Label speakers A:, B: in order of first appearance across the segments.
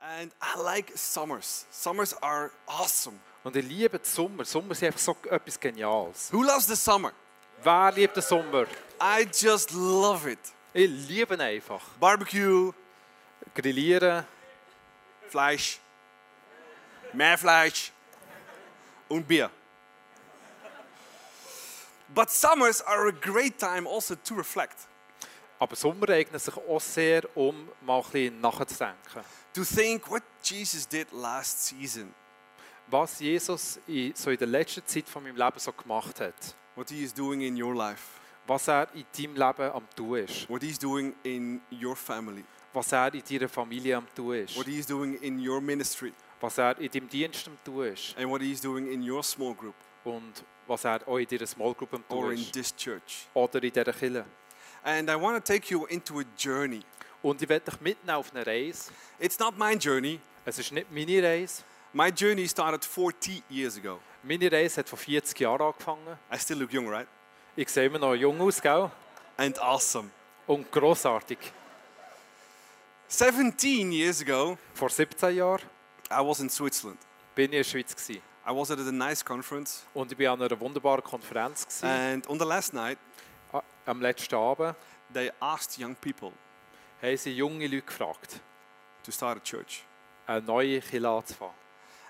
A: and I like summers. Summers are awesome.
B: Und ich liebe den Sommer. Sommer ist einfach so etwas Geniales.
A: Who loves the summer?
B: Wer liebt den Sommer?
A: I just love it.
B: Ich liebe ihn einfach.
A: Barbecue,
B: Grillieren,
A: Fleisch, mehr Fleisch und Bier. But summers are a great time also to reflect,
B: aber Sommer eignet sich auch sehr, um mal ein bisschen nachzudenken.
A: to think what Jesus did last season,
B: Was Jesus in, so in der letzten Zeit von meinem Leben so gemacht hat.
A: what he is doing in your life,
B: Was er in deinem Leben am Tun ist.
A: what he's doing in your family,
B: Was er in deiner Familie am Tun ist.
A: what he is doing in your ministry,
B: Was er in deinem Dienst am Tun ist.
A: and what he is doing in your small group
B: Und was er auch in deiner Small Group am
A: or
B: Tun
A: in
B: ist.
A: this church.
B: Oder in dieser Kirche.
A: And I want to take you into a journey.
B: Und ich werde dich mitnehmen auf eine Reise.
A: It's not my journey.
B: Es ist nicht meine Reise.
A: My journey started 40 years ago.
B: Meine Reise hat vor 40 Jahren angefangen.
A: I still look young, right?
B: Ich sehe immer noch jung aus, gell?
A: And awesome.
B: Und grossartig.
A: 17 years ago,
B: Vor 17 Jahren
A: I was in Switzerland.
B: bin ich in der Schweiz. Gewesen.
A: I was at a nice conference,
B: Und ich war an einer wunderbaren Konferenz gewesen,
A: and on the last night,
B: a- am letzten Abend.
A: they asked young people
B: Haben sie junge Leute gefragt,
A: to start a church.
B: eine neue Kirche anzufangen.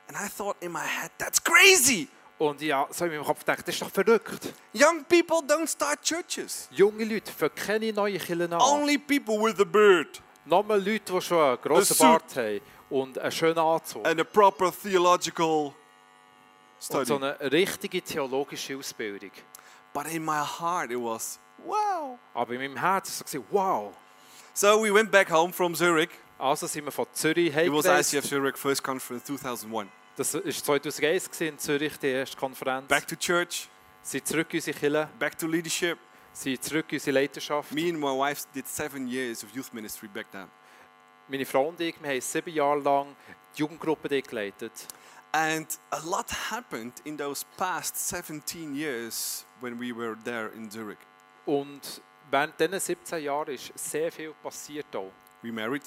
A: And I thought in my head, that's crazy!
B: Und ja, so in meinem Kopf gedacht, das ist doch verrückt.
A: Young people don't start churches.
B: Junge Leute fangen keine neue Kirche an.
A: Only people with a beard
B: Nochmal Leute, die schon einen grossen
A: suit.
B: Bart haben und einen schönen Anzug.
A: and a proper theological
B: und so
A: study.
B: eine richtige theologische Ausbildung.
A: But in my heart, it was, wow!
B: Aber in meinem Herzen war es so, wow.
A: So we went back home from Zurich.
B: Also sind wir von Zürich
A: It was
B: heimgereist.
A: ICF Zurich First Conference 2001.
B: Das war 2001 gewesen in Zürich, die erste Konferenz.
A: Back to church,
B: Sind zurück in unsere Kirche,
A: back to leadership.
B: sind zurück in unsere Leiterschaft.
A: Me and my wife did seven years of youth ministry back then.
B: Meine Frau und ich, wir haben sieben Jahre lang die Jugendgruppe dort geleitet.
A: And a lot happened in those past 17 years when we were there in Zurich.
B: Und während diesen 17 Jahren ist sehr viel passiert auch.
A: We married,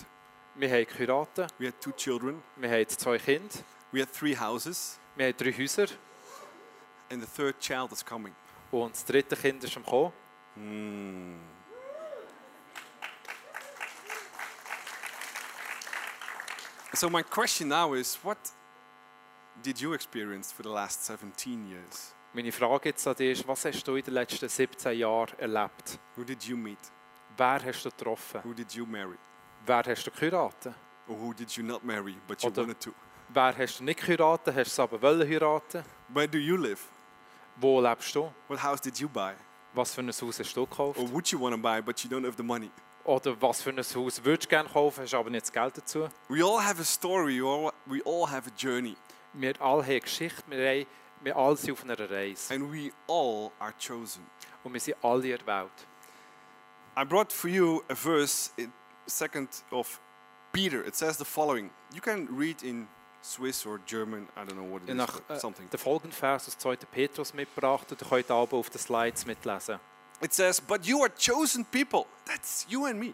B: Wir haben geheiratet,
A: we had two children,
B: wir haben zwei Kinder,
A: we had three houses,
B: wir haben drei Häuser
A: and the third child is coming.
B: und das dritte Kind ist am Kommen.
A: So, my question now is what did you experience for the last 17 years?
B: Meine Frage jetzt an dich ist, was hast du in den letzten 17 Jahren erlebt?
A: Who did you meet?
B: Wer hast du getroffen?
A: Who did you marry?
B: Wer hast du geheiratet?
A: Or who did you not marry but you
B: Oder-
A: wanted to?
B: Wer hast du nicht geheiratet, hast du es aber wollen heiraten?
A: Where do you live?
B: Wo lebst du?
A: What house did you buy?
B: Was für ein Haus hast du gekauft?
A: Or would you want to buy but you don't have the money?
B: Oder was für ein Haus würdest du gerne kaufen, hast aber nicht das Geld dazu?
A: We all have a story, or we all have a journey,
B: Wir alle haben eine Geschichte, wir, haben, wir alle sind auf einer Reise.
A: and we all are chosen.
B: Und wir sind alle erwählt.
A: I brought for you a verse in second of Peter. It says the following. You can read in Swiss or German, I don't know what it
B: Ich
A: is,
B: habe
A: but
B: äh,
A: something.
B: den folgenden Vers aus 2. Petrus mitgebracht und ihr könnt aber auf den Slides mitlesen.
A: It says, But you are chosen people. That's you and me,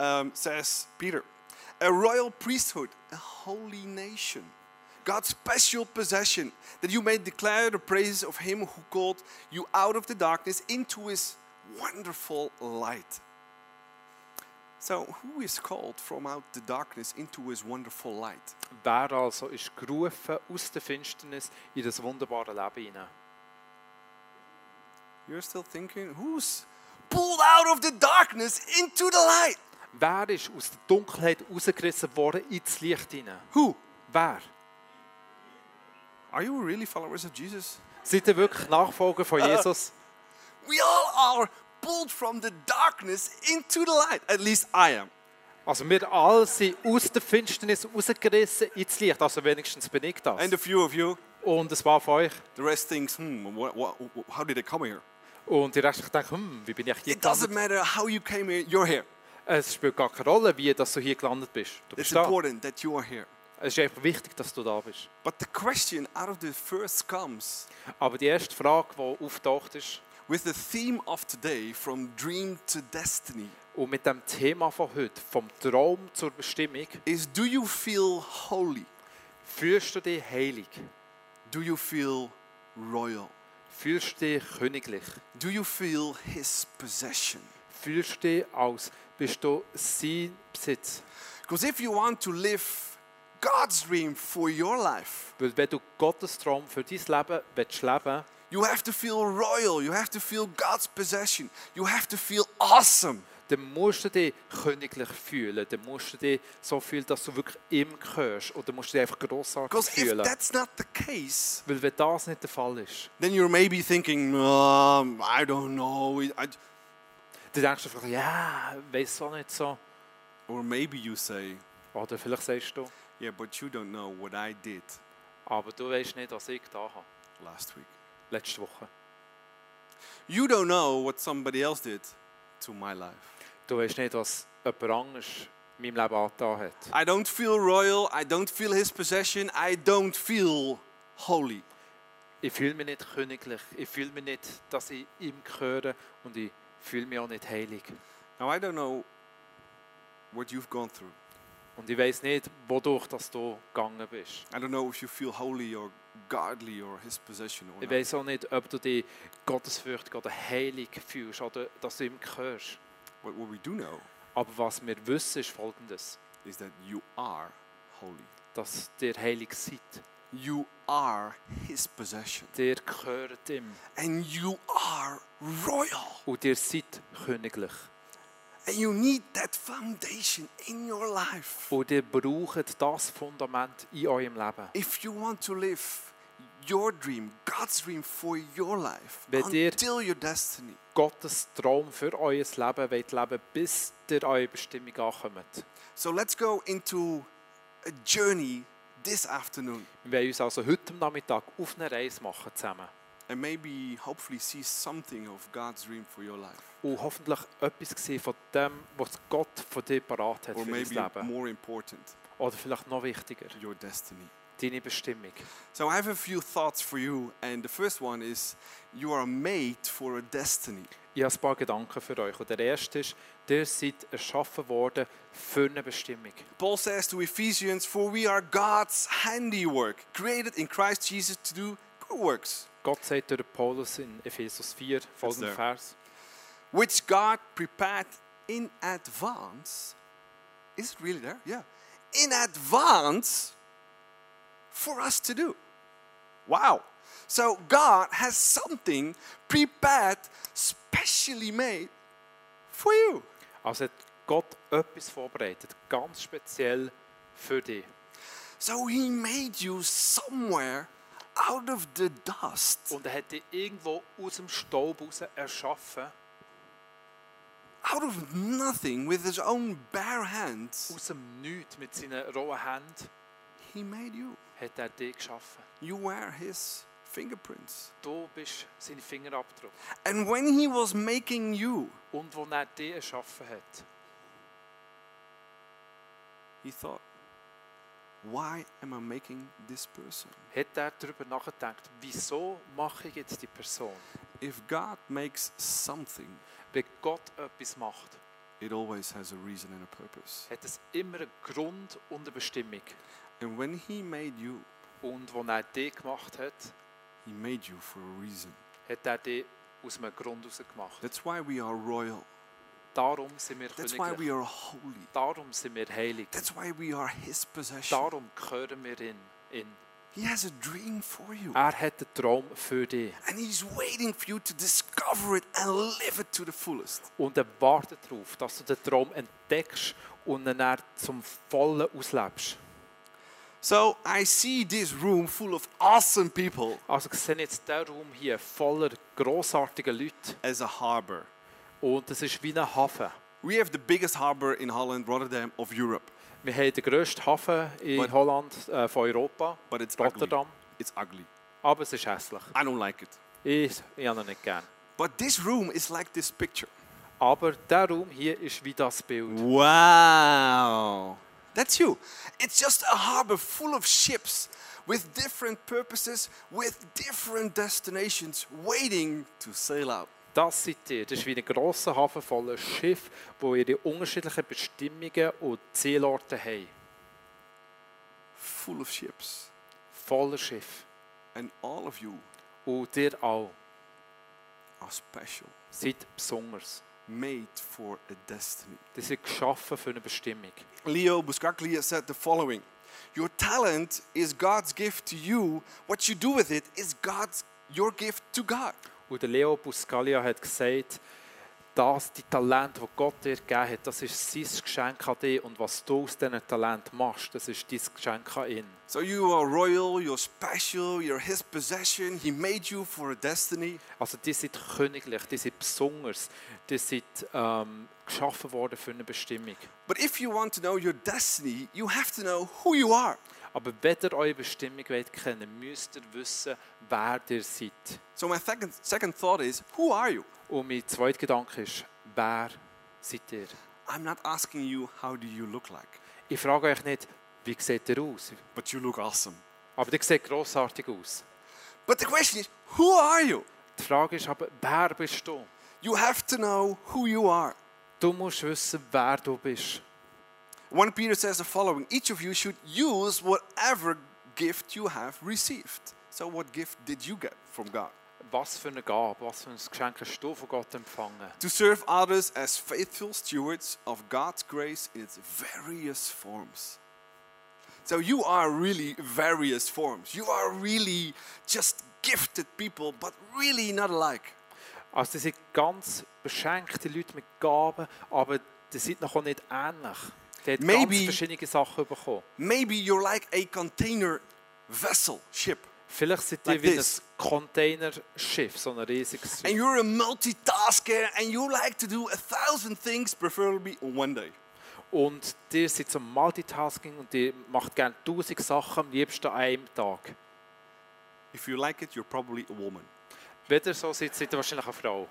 A: um, says Peter. A royal priesthood, a holy nation, God's special possession, that you may declare the praises of him who called you out of the darkness into his wonderful light. So, who is called from out the darkness into his wonderful light?
B: Wer also ist gerufen aus der Finsternis in das wunderbare Leben hinein?
A: You're still thinking, who's pulled out of the darkness into the light?
B: Wer ist aus der Dunkelheit rausgerissen worden ins Licht hinein?
A: Who?
B: Wer?
A: Are you really followers of Jesus?
B: Seid ihr wirklich Nachfolger von Jesus?
A: We all are pulled from the darkness into the light. At least I am.
B: Also wir alle sind aus der Finsternis rausgerissen ins Licht. Also wenigstens bin ich das.
A: And a few of you,
B: Und es war von euch.
A: the rest thinks, hmm, what, what, how did I come here?
B: Und ihr restlich denkt, hm, wie bin ich hier
A: It doesn't
B: gelandet?
A: matter how you came here, you're here.
B: Es spielt gar keine Rolle, wie dass du hier gelandet bist.
A: It's
B: Du bist da.
A: important that you are here.
B: Es ist einfach wichtig, dass du da bist.
A: But the question out of the first comes
B: Aber die erste Frage, die auftaucht, ist,
A: with the theme of today from dream to destiny.
B: Und mit dem Thema von heute, vom Traum zur Bestimmung,
A: is do you feel holy?
B: fühlst du dich heilig?
A: Do you feel royal?
B: Fühlst du dich königlich?
A: Do you feel his possession?
B: Fühlst du dich als bist du sein Besitz?
A: Because if you want to live God's dream for your life,
B: Weil wenn du Gottes Traum für dein Leben willst leben
A: you have to feel royal, you have to feel God's possession, you have to feel awesome.
B: dann musst du dich königlich fühlen. Dann musst du dich so fühlen, dass du wirklich ihm gehörst. Oder musst du dich einfach grossartig
A: Because if
B: fühlen.
A: that's not the case,
B: Weil wenn das nicht der Fall ist,
A: then you're maybe thinking, um, I don't know, it- I,
B: dann denkst du vielleicht, ja, weiss auch nicht so.
A: or maybe you say,
B: Oder vielleicht sagst du,
A: yeah, but you don't know what I did
B: aber du weißt nicht, was ich getan habe.
A: last week.
B: Letzte Woche.
A: You don't know what somebody else did to my life.
B: Du weißt nicht, was jemand anderes meinem Leben angetan hat.
A: I don't feel royal. I don't feel his possession. I don't feel holy.
B: Ich fühle mich nicht königlich. Ich fühle mich nicht, dass ich ihm gehöre. Und ich fühle mich auch nicht heilig.
A: Now, I don't know what you've gone through.
B: Und ich weiß nicht, wodurch das du gegangen bist.
A: I don't know if you feel holy or godly or his possession or
B: Ich
A: not.
B: weiß auch nicht, ob du dich gottesfürchtig oder heilig fühlst oder dass du ihm gehörst.
A: But what we do know
B: Aber was wir wissen, ist folgendes:
A: is that you are holy.
B: dass ihr heilig seid.
A: You are his possession.
B: Ihr gehört ihm.
A: And you are royal.
B: Und ihr seid königlich.
A: And you need that foundation in your life.
B: Und ihr braucht das Fundament in eurem Leben.
A: If you want to live your dream, God's dream for your life,
B: Bij dir-
A: until your destiny,
B: Gottes Traum für euer Leben wollt leben, bis ihr eure Bestimmung ankommt.
A: So let's go into a journey this afternoon
B: Wir wollen uns also heute am Nachmittag auf eine Reise machen zusammen.
A: and maybe hopefully see something of God's dream for your life.
B: Und hoffentlich etwas gesehen von dem, was Gott von dir parat hat
A: Or
B: für dein
A: maybe
B: Leben.
A: more important,
B: Oder vielleicht noch wichtiger,
A: your destiny.
B: deine Bestimmung.
A: So I have a few thoughts for you and the first one is you are made for a destiny.
B: Ich habe ein paar Gedanken für euch. Und der erste ist, ihr seid erschaffen worden für eine Bestimmung.
A: Paul says to Ephesians, "For we are God's handiwork, created in Christ Jesus to do good works,
B: Gott sagt durch Paulus in Ephesus 4, folgenden
A: there.
B: Vers,
A: which God prepared in advance." Is it really there? Yeah. In advance for us to do. Wow. So God has something prepared, specially made for you.
B: also hat Gott etwas vorbereitet, ganz speziell für dich.
A: So he made you somewhere out of the dust.
B: Und er hat dich irgendwo aus dem Staub raus erschaffen,
A: out of nothing with his own bare hands
B: aus dem Nichts, mit seinen rohen Händen,
A: he made you
B: hat er dich geschaffen.
A: you were his fingerprints
B: Du bist sein Fingerabdruck.
A: and when he was making you
B: Und wo er dich erschaffen hat,
A: he thought why am i making this person
B: hat er darüber nachgedacht, wieso mache ich jetzt die Person?
A: if god makes something
B: Wenn Gott etwas macht,
A: it always has a reason and a purpose
B: hat es immer einen Grund und eine Bestimmung.
A: and when he made you
B: Und als er dich gemacht hat,
A: he made you for a reason
B: hat er dich aus einem Grund heraus gemacht.
A: that's why we are royal
B: Darum sind wir
A: that's why
B: Königlich.
A: we are holy
B: Darum sind wir heilig.
A: that's why we are his possession
B: Darum gehören wir in. in.
A: he has a dream for you
B: Er hat einen Traum für dich
A: And he's waiting for you to discover it and live it to the fullest.
B: und er wartet darauf, dass du den Traum entdeckst und ihn dann zum Vollen auslebst.
A: So I see this room full of awesome people
B: Also ich sehe jetzt diesen Raum hier voller grossartiger Leute
A: as a harbor.
B: und es ist wie ein Hafen.
A: We have the biggest harbor in Holland, Rotterdam, of Europe.
B: Wir haben den grössten Hafen in
A: But-
B: Holland äh, von Europa,
A: But it's
B: Rotterdam,
A: ugly. It's ugly.
B: aber es ist hässlich.
A: I don't like it.
B: Ich, ich habe ihn nicht gern.
A: But this room is like this picture.
B: Aber der Raum hier ist wie das Bild.
A: Wow. That's you. It's just a harbor full of ships with different purposes, with different destinations, waiting to sail out.
B: Das seid ihr. Das ist wie ein grosser Hafen voller Schiffe, wo ihre unterschiedlichen Bestimmungen und Zielorte haben.
A: full of ships,
B: Voller Schiff.
A: and all of you
B: Und ihr auch
A: are special,
B: seid besonders.
A: made for a destiny.
B: Ihr seid geschaffen für eine Bestimmung.
A: Leo Buscaglia said the following Your talent is God's gift to you. What you do with it is God's your gift to God.
B: Und der Leo Buscaglia hat gesagt, dass die Talente, die Gott dir gegeben hat, das ist sein Geschenk an dich. Und was du aus diesen Talenten machst, das ist dein Geschenk an ihn.
A: So you are royal, you're special, you're his possession. He made you for a destiny.
B: Also die sind königlich, die sind besonders, die sind ähm, geschaffen worden für eine Bestimmung.
A: But if you want to know your destiny, you have to know who you are.
B: Aber wenn ihr eure Bestimmung wollt kennen müsst ihr wissen, wer ihr seid.
A: So my second second thought is, who are you?
B: Und mein zweiter Gedanke ist, wer seid ihr?
A: I'm not asking you how do you look like,
B: Ich frage euch nicht, wie seht ihr aus?
A: but you look awesome.
B: Aber ihr seht grossartig aus.
A: But the question is, who are you?
B: Die Frage ist aber, wer bist du?
A: You have to know who you are.
B: Du musst wissen, wer du bist.
A: 1 Peter says the following Each of you should use whatever gift you have received. So, what gift did you get from God?
B: Was für eine Gabe, was für ein Geschenk hast du von Gott empfangen?
A: To serve others as faithful stewards of God's grace in its various forms. So, you are really various forms. You are really just gifted people, but really not alike.
B: Also, die sind ganz beschenkte Leute mit Gaben, aber die sind noch nicht ähnlich. Die haben ganz
A: Maybe-
B: verschiedene Sachen bekommen.
A: Maybe you're like a container vessel, ship,
B: Vielleicht sind die
A: Like
B: wie
A: this.
B: ein Containerschiff, so ein riesiges.
A: and you're a multitasker and you like to do a thousand things, preferably on one day.
B: Und die sind zum Multitasking und die macht gerne tausend Sachen am liebsten an einem Tag.
A: If you like it, you're probably a woman.
B: Wenn ihr so seid, seid ihr wahrscheinlich eine Frau.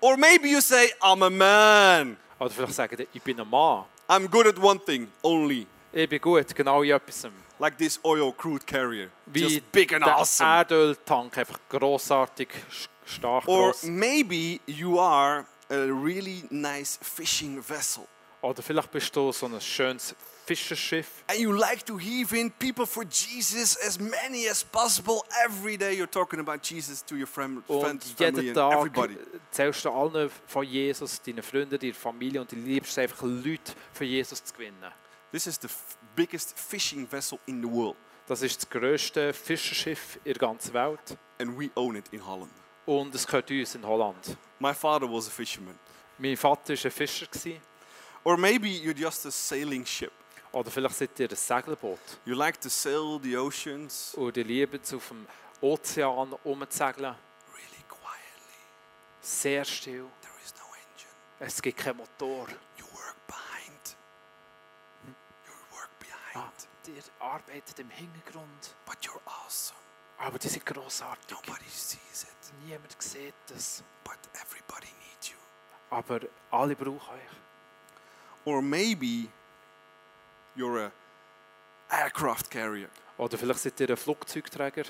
A: Or maybe you say, I'm a man.
B: Oder vielleicht sagt ihr, ich bin ein Mann.
A: I'm good at one thing only,
B: Ich bin gut, genau in etwas.
A: like this oil crude carrier.
B: Wie
A: Just big and
B: der
A: awesome.
B: Erdöltank, einfach grossartig, sch- stark
A: Or
B: gross.
A: maybe you are a really nice fishing vessel
B: Oder vielleicht bist du so ein schönes Fischerschiff
A: and you like to heave in people for Jesus as many as possible. Every day you're talking about Jesus to your friend,
B: und
A: friends, family,
B: jeden
A: and
B: Tag
A: everybody.
B: zählst du allen von Jesus, deinen Freunden, deiner Familie und du liebst es einfach, Leute für Jesus zu gewinnen.
A: This is the f- biggest fishing vessel in the world,
B: Das ist das grösste Fischerschiff in der ganzen Welt
A: and we own it in Holland.
B: und es gehört uns in Holland.
A: My father was a fisherman.
B: Mein Vater war ein Fischer gewesen.
A: Or maybe you're just a sailing ship.
B: oder vielleicht seid ihr ein Segelboot
A: You like to sail the oceans
B: und ihr liebt es auf dem Ozean rumzusegeln.
A: really quietly.
B: Sehr still,
A: There is no engine.
B: es gibt keinen Motor.
A: You work behind. You work behind.
B: Ihr arbeitet im Hintergrund,
A: But you're awesome.
B: aber die sind grossartig.
A: Nobody sees it,
B: Niemand sieht das.
A: but everybody needs you.
B: Aber alle brauchen euch.
A: Or maybe you're a aircraft carrier.
B: Oder vielleicht seid ihr ein Flugzeugträger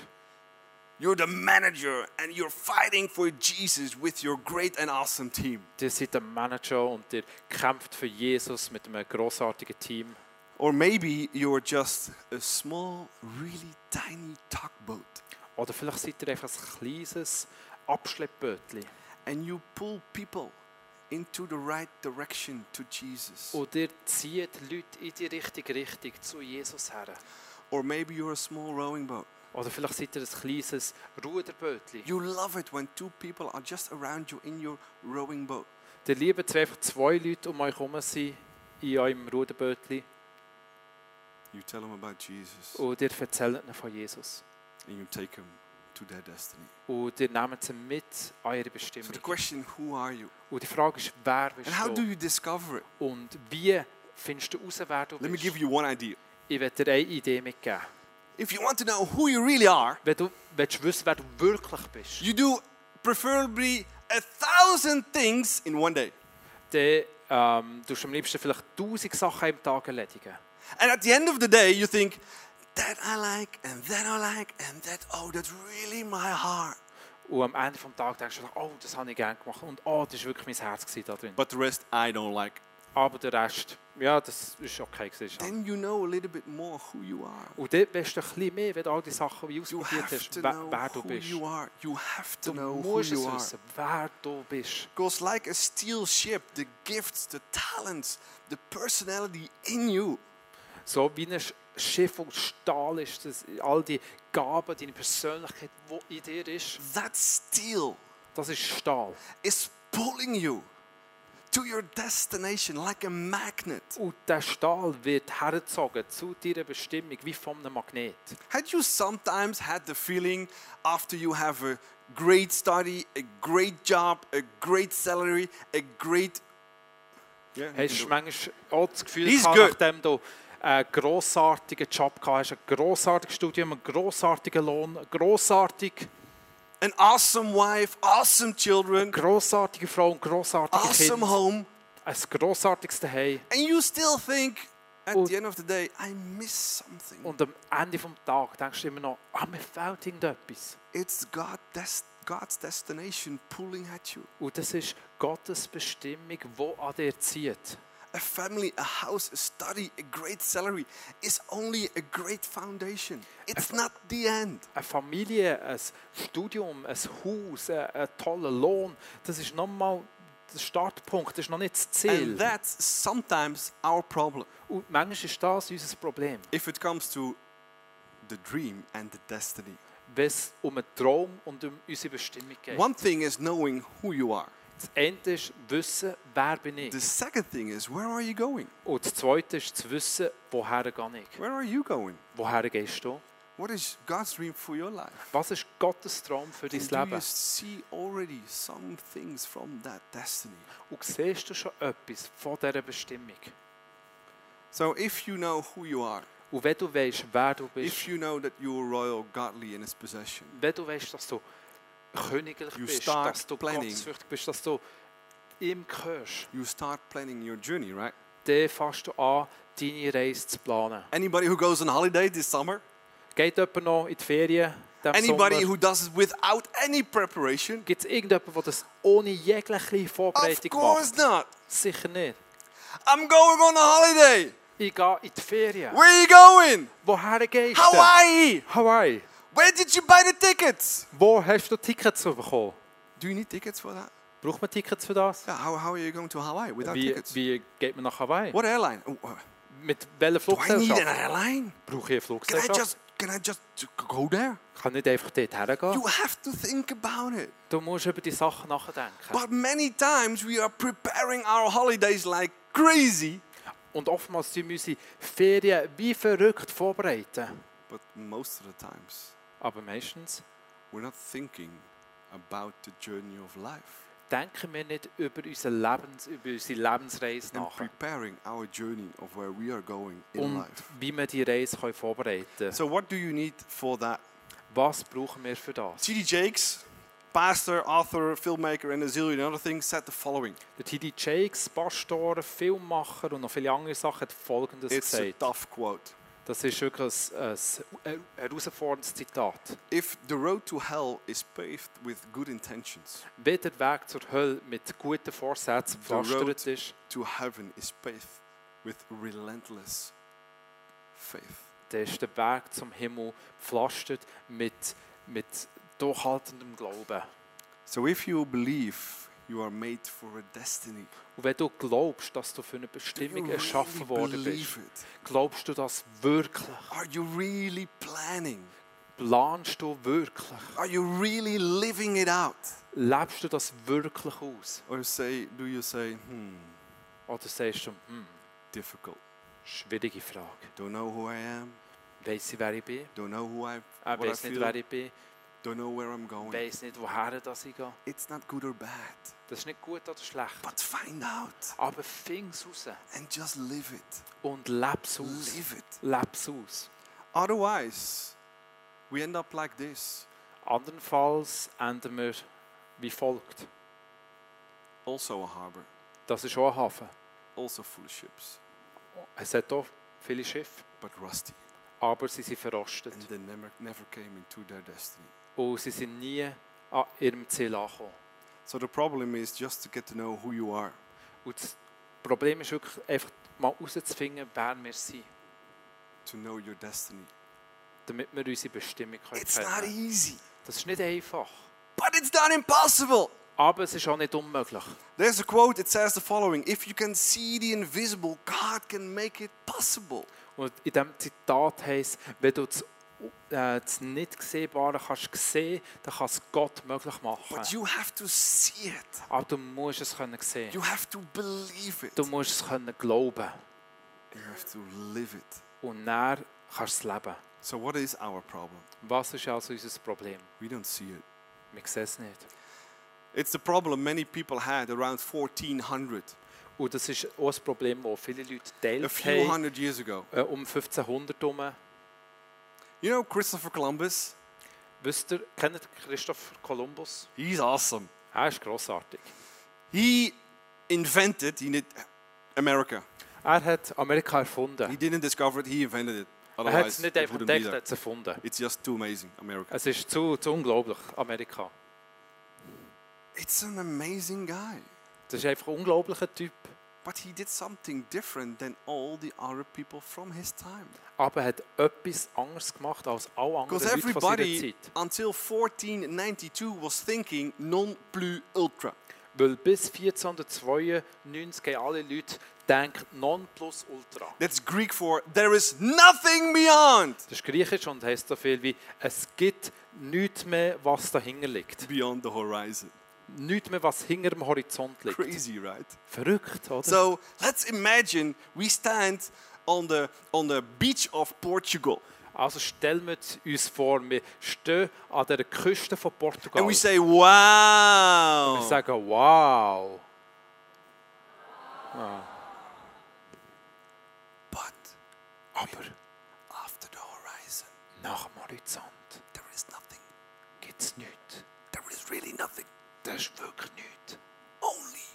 A: You're the manager and you're fighting for Jesus with your great and awesome team.
B: Ihr seid ein Manager und ihr kämpft für Jesus mit einem grossartigen Team.
A: Or maybe you're just a small, really tiny tugboat.
B: Oder vielleicht seid ihr einfach ein kleines Abschleppbötchen.
A: and you pull people into the right direction to Jesus.
B: Und ihr zieht Leute in die richtige Richtung zu Jesus her.
A: Or maybe you're a small rowing boat.
B: Oder vielleicht seid ihr ein kleines Ruderbötchen.
A: You love it when two people are just around you in your rowing boat.
B: Ihr liebt es, wenn einfach zwei Leute um euch herum sind in eurem Ruderbötchen
A: You tell them about Jesus
B: und ihr erzählt ihnen von Jesus.
A: and you take them to their destiny.
B: Und ihr nehmt sie mit an eure
A: So
B: Bestimmung.
A: the question, who are you?
B: Und die Frage ist, wer bist
A: And how do
B: du?
A: you discover it?
B: Und wie findest du heraus, wer du
A: Let me
B: bist?
A: give you one idea.
B: Ich werde dir eine Idee mitgeben.
A: If you want to know who you really are,
B: Wenn du willst wissen, wer du wirklich bist,
A: you do preferably a thousand things in one day.
B: dann ähm, tust du am liebsten vielleicht tausend Sachen am Tag erledigen.
A: And at the end of the day, you think, that I like, and that I like, and that, oh, that's really my heart.
B: Und am Ende des Tages denkst du, oh, das habe ich gerne gemacht. Und oh, das war wirklich mein Herz gewesen da drin.
A: but the rest I don't like.
B: Aber der Rest, ja, das ist okay. Gewesen.
A: Then you know a little bit more who you are.
B: Und dort weißt du ein bisschen mehr, wenn du all die Sachen wie
A: You
B: ausprobiert
A: have to
B: hast, wer,
A: know
B: wer du
A: who
B: bist.
A: you are. You have to
B: Du
A: know who
B: musst es
A: you are.
B: wissen, wer du bist.
A: Because like a steel ship, the gifts, the talents, the personality in you
B: So wie ein Schiff aus Stahl ist, das, all die Gaben, deine Persönlichkeit, die in dir ist,
A: that steel
B: das ist Stahl.
A: is pulling you to your destination like a magnet.
B: Und der Stahl wird hergezogen zu deiner Bestimmung, wie von einem Magnet.
A: Had you sometimes had the feeling after you have a great study, a great job, a great salary, a great yeah, you can
B: Hast du
A: do
B: manchmal auch das Gefühl,
A: He's
B: gehabt,
A: good.
B: nachdem du einen grossartigen Job gehabt hast, ein grossartiges Studium, einen grossartigen Lohn, grossartig,
A: it. an awesome wife, awesome children,
B: grossartige Frau und grossartige
A: awesome
B: Kinder,
A: home,
B: ein grossartiges Daheim.
A: and you still think at
B: Und-
A: the end of the day, I miss something.
B: Und am Ende des Tages denkst du immer noch, ah, mir fehlt irgendetwas.
A: It's God des- God's destination pulling at you.
B: Und das ist Gottes Bestimmung, die an dir zieht.
A: A family, a house, a study, a great salary is only a great foundation. It's not the end.
B: Eine Familie, ein Studium, ein Haus, ein, ein toller Lohn, das ist nochmal der Startpunkt, das ist noch nicht das Ziel.
A: And that's sometimes our problem.
B: Und manchmal ist das unser Problem,
A: If it comes to the dream and the destiny.
B: wenn es um einen Traum und um unsere Bestimmung geht.
A: One thing is knowing who you are.
B: Das Ende ist wissen, wer bin ich.
A: The second thing is where are you going?
B: Und das Zweite ist zu wissen, woher gehe ich.
A: Where are you going?
B: Woher gehst du?
A: What is God's dream for your life?
B: Was ist Gottes Traum für dein
A: And do you
B: Leben?
A: see already some things from that destiny?
B: Und siehst du schon etwas von dieser Bestimmung?
A: So if you know who you are,
B: Und wenn du weißt, wer du bist,
A: If you know that you are royal, godly in his possession,
B: wenn du weißt, dass du königlich
A: You
B: bist,
A: start
B: dass du
A: planning.
B: gottesfürchtig bist, dass du ihm gehörst,
A: you start planning your journey, right?
B: dann fängst du an, deine Reise zu planen.
A: Anybody who goes on holiday this summer,
B: Geht jemand noch in die Ferien? diesen
A: anybody
B: Sommer?
A: who does it without any preparation,
B: Gibt es irgendjemanden, der das ohne jegliche
A: of
B: Vorbereitung macht?
A: course not.
B: Sicher nicht.
A: I'm going on a holiday.
B: Ich gehe in die Ferien.
A: Where are you going?
B: Woher gehst du?
A: Hawaii.
B: Hawaii.
A: Where did you buy the tickets?
B: Wo hast du Tickets bekommen?
A: Do you need tickets for that?
B: Braucht man Tickets für das?
A: Yeah, how, how are you going to Hawaii without
B: Wie,
A: tickets?
B: wie geht man nach Hawaii?
A: What airline? Oh, uh,
B: Mit welcher
A: do I need an
B: Fluggesellschaft?
A: airline?
B: Brauche ich eine
A: Can I
B: Fluggesellschaft?
A: just can I just go there?
B: Ich kann nicht einfach dort hergehen.
A: You have to think about it.
B: Du musst über die Sachen nachdenken.
A: But many times we are preparing our holidays like crazy.
B: Und oftmals tun wir unsere Ferien wie verrückt vorbereiten.
A: But most of the times
B: Aber meistens
A: we're not thinking about the journey of life
B: denken wir nicht über unsere, Lebens, über unsere Lebensreise
A: and
B: nach.
A: preparing our journey of where we are going in
B: Und
A: life.
B: wie wir die Reise können vorbereiten können.
A: So what do you need for that?
B: Was brauchen wir für das?
A: T.D. Jakes, pastor, author, filmmaker, and a zillion other things, said the following.
B: Der T.D. Jakes, Pastor, Filmmacher und noch viele andere Sachen hat Folgendes
A: It's a
B: gesagt.
A: tough quote.
B: Das ist wirklich ein, ein her- herausforderndes Zitat.
A: If the road to hell is paved with good intentions,
B: Wenn der Weg zur Hölle mit guten Vorsätzen
A: road
B: pflastert ist,
A: to heaven is paved with relentless faith.
B: dann ist der Weg zum Himmel pflastert mit, mit durchhaltendem Glauben.
A: So if you believe you are made for a destiny,
B: Und wenn du glaubst, dass du für eine
A: do you
B: Bestimmung
A: really
B: erschaffen worden bist,
A: believe it?
B: glaubst du das wirklich?
A: Are you really planning?
B: Planst du wirklich?
A: Are you really living it out?
B: Lebst du das wirklich aus?
A: Or say, do you say, hmm,
B: Oder sagst du, hm,
A: difficult.
B: schwierige Frage.
A: Don't know who I am.
B: Weiss ich, wer ich bin?
A: Don't know who I, what
B: Ich
A: I
B: Äh, weiss nicht,
A: feel.
B: wer ich bin.
A: Don't know where I'm
B: Ich
A: going.
B: weiss nicht, woher das ich gehe.
A: It's not good or bad.
B: Das ist nicht gut oder schlecht.
A: But find out
B: Aber fing es raus
A: and just live it.
B: und lebe es aus.
A: Live it.
B: Lebe es aus.
A: Otherwise, we end up like this.
B: Andernfalls enden wir wie folgt.
A: Also a harbor,
B: Das ist auch ein Hafen.
A: also full of ships,
B: Es hat auch viele Schiffe,
A: but rusty.
B: aber sie sind
A: And
B: verrostet.
A: they never, never came into their destiny.
B: Und sie sind nie an ihrem Ziel ankommen.
A: So the problem is just to get to know who you are.
B: Und das Problem ist wirklich einfach mal herauszufinden, wer wir sind,
A: to know your destiny.
B: damit wir unsere Bestimmung können
A: It's not
B: kennen
A: easy,
B: Das ist nicht einfach,
A: but it's not impossible.
B: aber es ist auch nicht unmöglich.
A: There's a quote that says the following If you can see the invisible, God can make it possible.
B: Und in diesem Zitat heisst, wenn du das, äh, das Nicht-Sehbare kannst sehen, dann kann es Gott möglich machen.
A: But you have to see it,
B: Aber du musst es können sehen.
A: you have to believe it,
B: Du musst es können glauben.
A: you have to live it.
B: Und dann kannst du es leben.
A: So, what is our problem?
B: Was ist also unser Problem?
A: We don't see it.
B: Wir sehen es nicht.
A: It's the problem many people had around 1400,
B: Und das ist auch ein Problem, das viele Leute
A: a
B: teilt
A: few
B: haben,
A: hundred years ago.
B: äh, um 1500 herum.
A: You know, Christopher Columbus?
B: Wisst ihr, kennt ihr Christoph Kolumbus?
A: He's awesome.
B: Er ist grossartig.
A: He invented he did America.
B: Er hat Amerika
A: He
B: erfunden.
A: didn't discover it, he invented it.
B: Er hat es
A: Otherwise,
B: nicht
A: it
B: einfach
A: wouldn't be
B: entdeckt, er
A: there.
B: hat es erfunden.
A: It's just too amazing, America.
B: Es ist zu, zu unglaublich, Amerika.
A: It's an amazing guy.
B: Das ist einfach ein unglaublicher Typ.
A: But he did something different than all the other people from his time.
B: Aber er hat etwas anderes gemacht als alle anderen
A: Because
B: Leute von seiner
A: everybody
B: Zeit.
A: until 1492 was thinking non plus ultra.
B: Weil bis 1492 haben alle Leute denkt non plus ultra.
A: That's Greek for there is nothing beyond.
B: Das ist griechisch und heisst so viel wie es gibt nichts mehr, was dahinter liegt.
A: Beyond the horizon.
B: Nichts mehr, was hinter dem Horizont liegt.
A: Crazy, right?
B: Verrückt, oder?
A: So let's imagine we stand on the on the beach of Portugal
B: Also stellen wir uns vor, wir stehen an der Küste von Portugal
A: and we
B: und
A: say, Wow.
B: sagen, wow.
A: But
B: Aber
A: after the horizon,
B: nach dem Horizont
A: there is nothing.
B: gibt es nichts.
A: There is really nothing.
B: Das ist wirklich nichts.
A: Only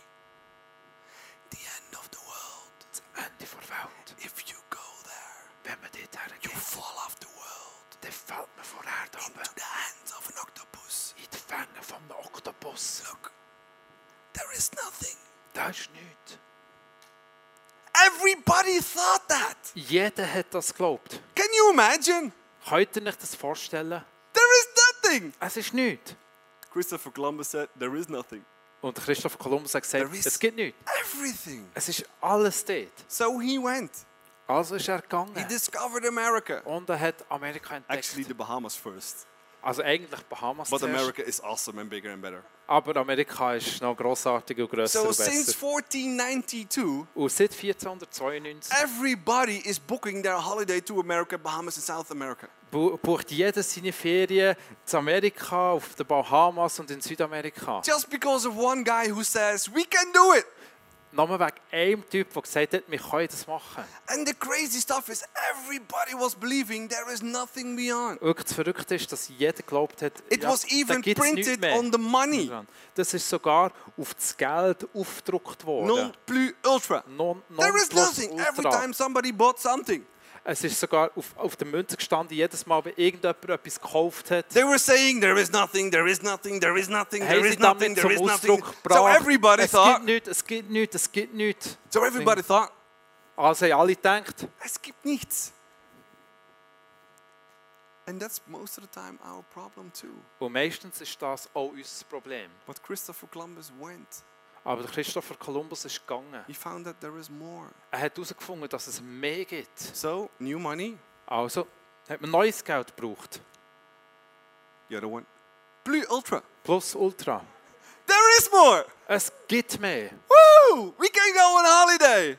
A: the end of the world.
B: Das Ende der Welt.
A: If you go there,
B: Wenn man dort
A: you
B: hergeht,
A: fall off the world
B: dann fällt man von der Erde runter.
A: into the hands of an octopus.
B: In die Fänge von einem Oktopus.
A: Look, there is nothing.
B: Das ist nichts.
A: Everybody thought that.
B: Jeder hat das geglaubt.
A: Can you imagine?
B: Könnt ihr euch das vorstellen?
A: There is nothing.
B: Es ist nichts.
A: Christopher Columbus said, There is nothing.
B: Und Christoph Kolumbus hat gesagt,
A: There is-
B: es gibt nichts.
A: Everything.
B: Es ist alles dort.
A: So he went.
B: Also ist er
A: He
B: gegangen.
A: discovered America.
B: Und er hat Amerika entdeckt.
A: Actually, the Bahamas first.
B: also eigentlich Bahamas
A: But
B: zuerst,
A: America is awesome and bigger and better.
B: aber Amerika ist noch grossartig und grösser
A: So
B: und
A: since
B: besser.
A: 1492,
B: Und seit 1492
A: everybody is booking their holiday to America, Bahamas, and South America.
B: bu bucht jeder seine Ferien in Amerika, auf den Bahamas und in Südamerika.
A: Just because of one guy who says, We can do it.
B: Nur wegen einem Typ, der gesagt hat, wir können das machen.
A: And the crazy stuff is, everybody was believing there is nothing beyond.
B: Wirklich das Verrückte ist, dass jeder glaubt hat,
A: It
B: ja,
A: was
B: da
A: even
B: gibt's nichts
A: printed
B: mehr.
A: on the money.
B: Das ist sogar auf das Geld aufgedruckt worden.
A: Non plus ultra.
B: Non, non
A: There is
B: plus
A: nothing. Every
B: ultra.
A: time somebody bought something,
B: Es ist sogar auf, auf der Münze gestanden, jedes Mal, wenn irgendjemand etwas gekauft hat,
A: they were saying there is nothing, there is nothing, there is nothing,
B: haben
A: there
B: sie
A: is nothing,
B: damit
A: there
B: zum
A: is nothing.
B: Ausdruck gebracht,
A: So everybody
B: es
A: thought.
B: gibt nichts, es gibt nichts, es gibt nichts.
A: So everybody thought
B: Also haben alle gedacht,
A: es gibt nichts. And that's most of the time our problem too.
B: und meistens ist das auch unser Problem.
A: But Christopher Columbus went.
B: Aber Christopher Columbus ist gegangen.
A: He found that there is more.
B: Er hat herausgefunden, dass es mehr gibt.
A: So new money,
B: Also hat man neues Geld gebraucht.
A: the other one, blue ultra.
B: Plus Ultra.
A: There is more.
B: Es gibt mehr.
A: Woo! We can go on holiday.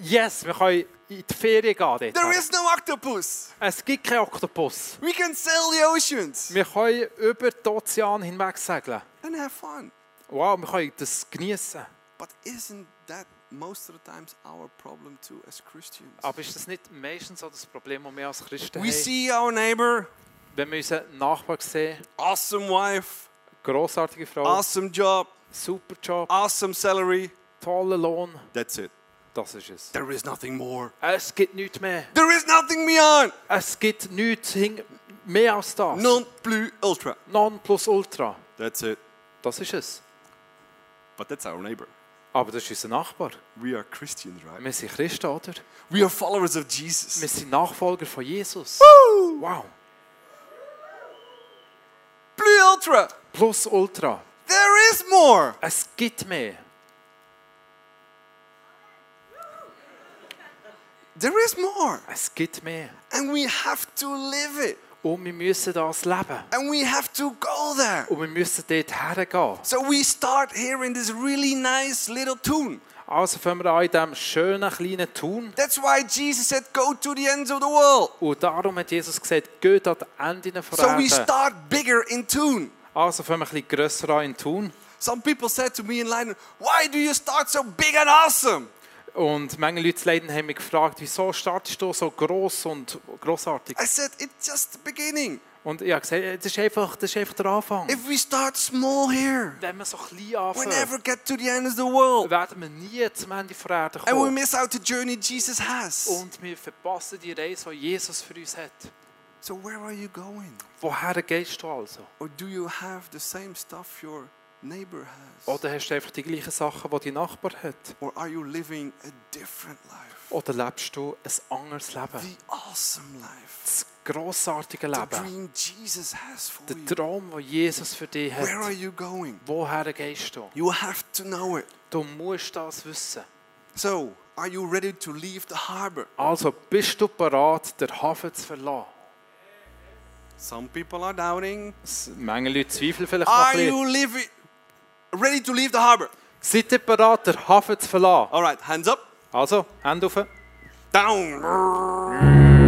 B: Yes, wir können in die Ferien gehen.
A: There
B: dort.
A: is no octopus.
B: Es gibt keinen Oktopus.
A: We can sail the oceans
B: Wir können über den Ozean hinweg segeln.
A: and have fun.
B: Wow, wir können das genießen.
A: But isn't that most of the times our problem too as Christians?
B: Aber ist das nicht meistens auch das Problem, das wir als Christen
A: We
B: haben?
A: see our neighbor,
B: Wenn wir unseren Nachbarn sehen,
A: awesome wife,
B: grossartige Frau,
A: awesome job,
B: super Job,
A: awesome salary.
B: toller Lohn,
A: That's it.
B: das ist es.
A: There is nothing more.
B: Es gibt nichts mehr.
A: There is nothing beyond.
B: Es gibt nichts hing- mehr als das.
A: Non plus ultra.
B: Non plus ultra.
A: That's it.
B: Das ist es.
A: But that's our neighbor.
B: Aber das ist unser Nachbar.
A: We are Christians, right?
B: Wir sind Christen, oder?
A: We are followers of
B: Wir
A: Jesus.
B: sind Nachfolger von Jesus. Wow.
A: Blue Ultra.
B: Plus Ultra.
A: There is more.
B: Es gibt mehr.
A: There is more.
B: Es gibt mehr.
A: And we have to live it.
B: Und wir müssen das leben.
A: And we have to go there.
B: Und wir müssen dort hergehen.
A: So we start here in this really nice little tune.
B: Also fangen wir an in diesem schönen kleinen Tun.
A: That's why Jesus said, Go to the ends of the world.
B: Und darum hat Jesus gesagt, geht an die Enden von
A: So
B: der
A: we
B: Erde.
A: start bigger in tune.
B: Also fangen wir ein bisschen grösser an in Tun.
A: Some people said to me in Leiden, Why do you start so big and awesome?
B: Und manche Leute zu Leiden haben mich gefragt, wieso startest du so gross und grossartig?
A: I said, It's just the beginning.
B: Und ich habe gesagt, das ist einfach, das ist einfach der Anfang.
A: If we start small here,
B: Wenn wir so klein
A: we
B: anfangen,
A: never get to the end of the world.
B: werden wir nie zum Ende der Erde
A: And we
B: kommen.
A: miss out the journey Jesus has.
B: Und wir verpassen die Reise, die Jesus für uns hat.
A: So where are you going?
B: Woher gehst du also?
A: Or do you have the same stuff your neighbor has?
B: Oder hast du einfach die gleichen Sachen, die dein Nachbar hat?
A: Or are you living a different life?
B: Oder lebst du ein anderes Leben?
A: The awesome life.
B: Das grossartige
A: the
B: Leben.
A: dream Jesus has for
B: Der
A: you.
B: Traum, den Jesus für dich
A: Where are
B: hat.
A: you going?
B: Woher gehst du?
A: You have to know it.
B: Du musst das wissen.
A: So, are you ready to leave the harbor?
B: Also bist du bereit, den Hafen zu verlassen?
A: Some people are doubting.
B: S- Manche Leute zweifeln vielleicht noch ein
A: Are
B: bisschen.
A: you leaving, ready to leave the harbor?
B: Seid ihr bereit, den Hafen zu verlassen?
A: All right, hands up,
B: Also, Hände auf.
A: down.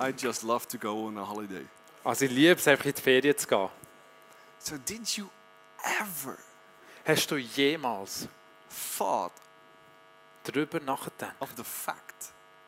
A: I just love to go on a holiday.
B: Also ich liebe es, einfach in die Ferien zu gehen.
A: So, did you ever
B: Hast du jemals
A: thought
B: darüber nachgedacht,
A: of the fact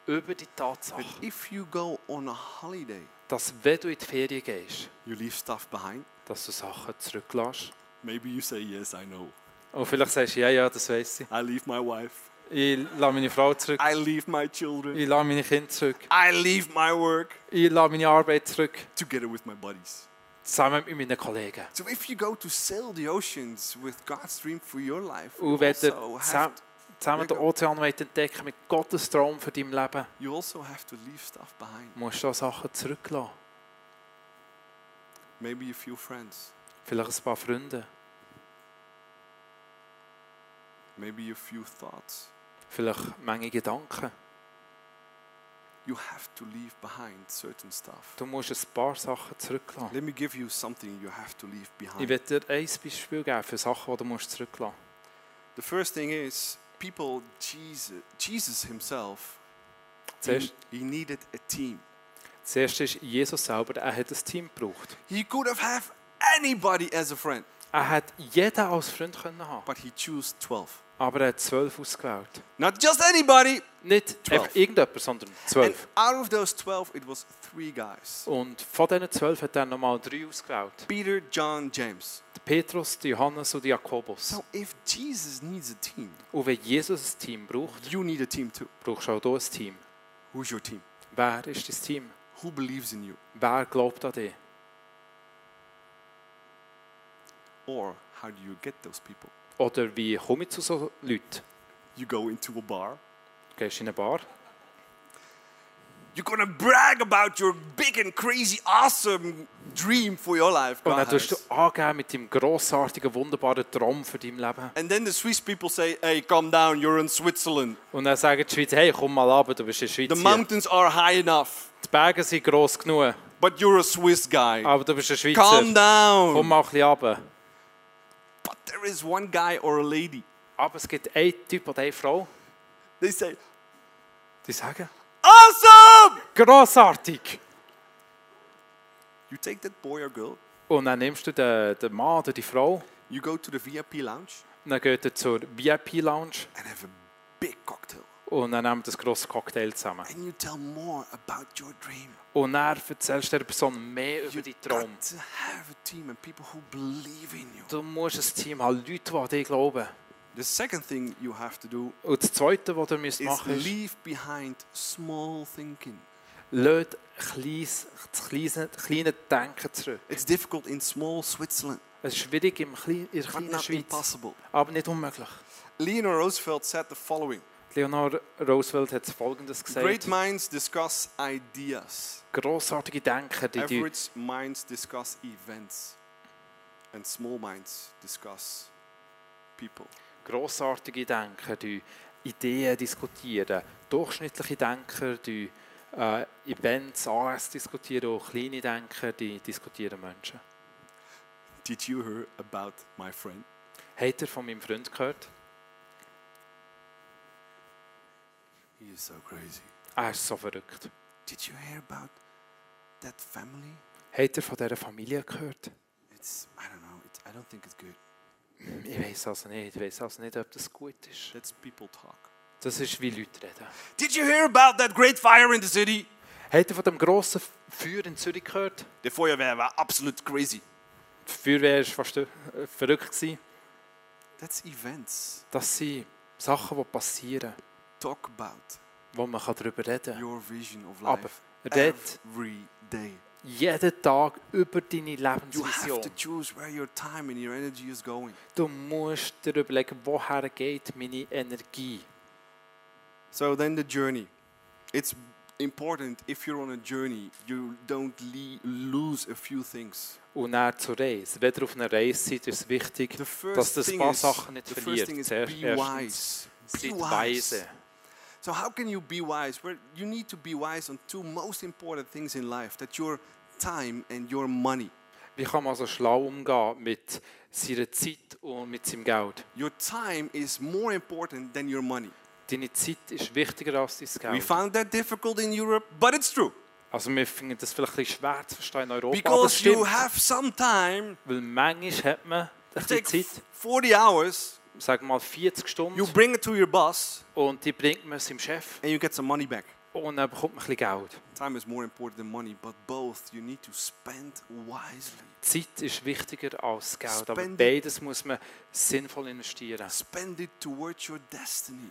B: über die Tatsache,
A: that if you go on a holiday,
B: dass wenn du in die Ferien gehst,
A: you leave stuff behind?
B: dass du Sachen zurücklässt?
A: Maybe you say, Yes, I know.
B: Und Oh, vielleicht sagst du, ja, ja, das weiss ich.
A: I leave my wife.
B: Ich lasse meine Frau zurück,
A: I leave my children.
B: ich lasse meine Kinder zurück,
A: I leave my work
B: ich lasse meine Arbeit zurück,
A: together with my buddies.
B: zusammen mit meinen Kollegen.
A: So if you go to sail the oceans with God's dream for your life, you
B: Und wenn
A: also
B: du
A: have
B: zusammen,
A: to,
B: zusammen den Ozean wollt entdecken mit Gottes Traum für dein Leben,
A: you also have to leave stuff behind.
B: musst du auch Sachen zurücklassen.
A: Maybe a few friends,
B: Vielleicht ein paar Freunde,
A: maybe a few thoughts.
B: vielleicht Menge Gedanken.
A: You have to leave behind certain stuff.
B: Du musst ein paar Sachen zurücklassen.
A: Let me give you something you have to leave
B: Ich
A: behind.
B: werde dir ein Beispiel geben für Sachen, die du musst zurücklassen musst.
A: The first thing is people Jesus Jesus himself
B: Zuerst,
A: he, he needed a team.
B: das erste ist Jesus selber. Er hat ein Team gebraucht.
A: He could have had anybody as a friend,
B: Er hat jeden als Freund können haben,
A: but he chose 12.
B: aber er hat zwölf ausgewählt.
A: Not just anybody.
B: Nicht
A: Zwölf.
B: einfach irgendjemand, sondern
A: And
B: zwölf.
A: out of those 12 it was three guys.
B: Und von diesen zwölf hat er nochmal drei ausgewählt.
A: Peter, John, James.
B: Die Petrus, die Johannes und die Jakobus.
A: So if Jesus needs a team,
B: Und wenn Jesus ein Team braucht,
A: you need a team too.
B: brauchst du auch hier ein Team.
A: Who's your team?
B: Wer ist dein Team?
A: Who believes in you?
B: Wer glaubt an dich?
A: Or how do you get those people?
B: Oder wie komme ich zu so Leuten?
A: You go into a bar.
B: Du gehst in eine Bar,
A: You're gonna brag about your big and crazy awesome dream for your life.
B: Und
A: God
B: dann tust du
A: has.
B: angeben mit dem grossartigen, wunderbaren Traum für dein Leben.
A: And then the Swiss people say, hey, calm down, you're in Switzerland.
B: Und dann sagen die Schweiz, hey, komm mal runter, du bist in der Schweiz.
A: The
B: hier.
A: mountains are high enough,
B: Die Berge sind gross genug,
A: but you're a Swiss guy.
B: aber du bist ein
A: Calm
B: Schweizer. Komm
A: down.
B: mal ein bisschen runter.
A: But there is one guy or a lady.
B: Aber es gibt einen Typ oder eine Frau,
A: They say,
B: die sagen,
A: awesome!
B: grossartig.
A: You take that boy or girl,
B: Und dann nimmst du den, den Mann oder die Frau,
A: you go to the VIP lounge
B: und dann geht ihr zur VIP-Lounge
A: and have a big cocktail.
B: und dann nehmt ihr ein grosses Cocktail zusammen.
A: And you tell more about your dream.
B: Und dann erzählst du der Person mehr über
A: You
B: deinen Traum.
A: got to have a team and people who believe in you.
B: Du musst ein Team haben, Leute, die an dich glauben.
A: The second thing you have to do
B: Und das Zweite, was ihr müsst
A: is
B: machen müsst,
A: leave behind small thinking.
B: lasst kleines- das kleine, kleine Denken zurück.
A: It's difficult in small Switzerland,
B: Es ist schwierig im Klein, in der
A: but
B: kleinen
A: not
B: Schweiz,
A: impossible.
B: aber nicht unmöglich.
A: Leonard Roosevelt said the following
B: Leonard Roosevelt hat Folgendes
A: Great
B: gesagt.
A: minds discuss ideas,
B: Grossartige Denker, die, die,
A: average minds discuss events, and small minds discuss people.
B: grossartige Denker, die Ideen diskutieren. Durchschnittliche Denker, die äh, Events, AS diskutieren. Und kleine Denker, die diskutieren Menschen.
A: Did you hear about my friend?
B: Habt ihr von meinem Freund gehört?
A: He is so crazy.
B: Er ist so verrückt.
A: Did you hear about that family?
B: Habt ihr von dieser Familie gehört?
A: It's I don't know. It's, I don't think it's good.
B: Ich weiß also nicht. Ich weiß also nicht, ob das gut ist.
A: That's people talk.
B: Das ist wie Leute reden.
A: Did you hear about that great fire in the city?
B: Habt ihr von dem grossen Feuer in Zürich gehört?
A: The Feuerwehr were absolute crazy.
B: Die Feuerwehr war fast äh, verrückt. Gewesen.
A: That's events.
B: Das sind Sachen, die passieren,
A: Talk about
B: wo man kann darüber reden kann.
A: your vision of
B: Aber
A: life
B: red
A: every day.
B: jeden Tag über deine
A: You have to
B: Lebensvision.
A: choose where your time and your energy is going.
B: Du musst dir überlegen, woher geht meine Energie.
A: So then the journey. It's important if you're on a journey, you don't le- lose a few things.
B: Und dann zur Reise. Wenn ihr auf einer Reise seid, ist es wichtig,
A: The
B: dass
A: first
B: das ein
A: thing
B: paar
A: is,
B: Sachen nicht
A: the first
B: verliert.
A: thing is
B: Zuerst-
A: be
B: erstens,
A: wise. Be
B: seid
A: wise.
B: weise.
A: So how can you be wise? Well, you need to be wise on two most important things in life: that your time and your money.
B: Wie kann man so schlau umgehen mit seiner Zeit und mit seinem Geld?
A: Your time is more important than your money.
B: Deine Zeit ist wichtiger als dein
A: We
B: Geld.
A: found that difficult in Europe, but it's true
B: Also wir finden das vielleicht ein bisschen schwer zu verstehen in Europa, aber es
A: because you
B: stimmt.
A: have some time.
B: Weil manchmal hat man ein
A: Take
B: bisschen Zeit,
A: 40 hours.
B: sagen wir mal 40 Stunden,
A: You bring it to your boss,
B: und die bringt man seinem Chef
A: and you get some money back.
B: und dann bekommt man ein bisschen Geld.
A: Time is more important than money, but both you need to spend wisely.
B: Zeit ist wichtiger als Geld, aber
A: Spending-
B: beides muss man sinnvoll investieren.
A: Spend it towards your destiny.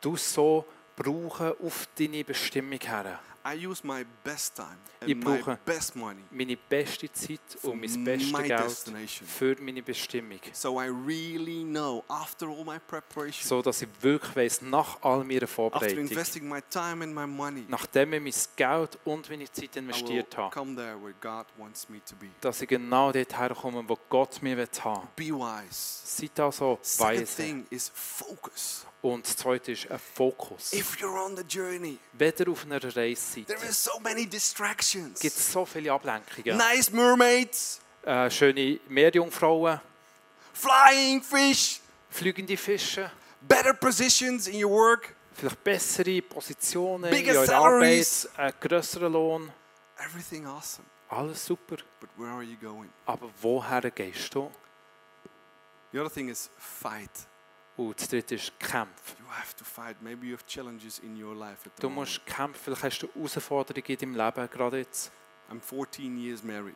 B: Du so brauchen auf deine Bestimmung her.
A: I use my best time
B: Ich
A: and my
B: brauche
A: best money
B: Meine beste Zeit
A: For
B: und mein bestes
A: my
B: Geld
A: destination.
B: für meine Bestimmung.
A: So I really know after all my preparation,
B: So dass ich wirklich weiss, nach all meiner
A: after
B: Vorbereitung,
A: investing my time and my money,
B: nachdem ich mein Geld und meine Zeit
A: I
B: investiert
A: will
B: habe,
A: come there where God wants me to be.
B: dass ich genau dort herkomme, wo Gott mir will haben
A: Be wise.
B: Seid also
A: Second
B: weise.
A: thing is focus.
B: Und das zweite ist ein Fokus.
A: If you're on the journey,
B: Wenn ihr auf einer Reise
A: there
B: seid,
A: is so many distractions.
B: gibt es so viele Ablenkungen.
A: Nice mermaids,
B: Äh, schöne Meerjungfrauen,
A: flying fish,
B: fliegende Fische,
A: better positions in your work.
B: vielleicht bessere Positionen in
A: Bigger
B: eurer
A: salaries.
B: Arbeit, einen grösseren Lohn.
A: Everything awesome.
B: Alles super.
A: But where are you going?
B: Aber woher gehst du?
A: The other thing is fight.
B: Und das dritte ist Kämpfe.
A: You have to fight. Maybe you have challenges in your life at the
B: Du
A: moment.
B: musst kämpfen, vielleicht hast du Herausforderungen in deinem Leben gerade jetzt.
A: I'm 14 years married.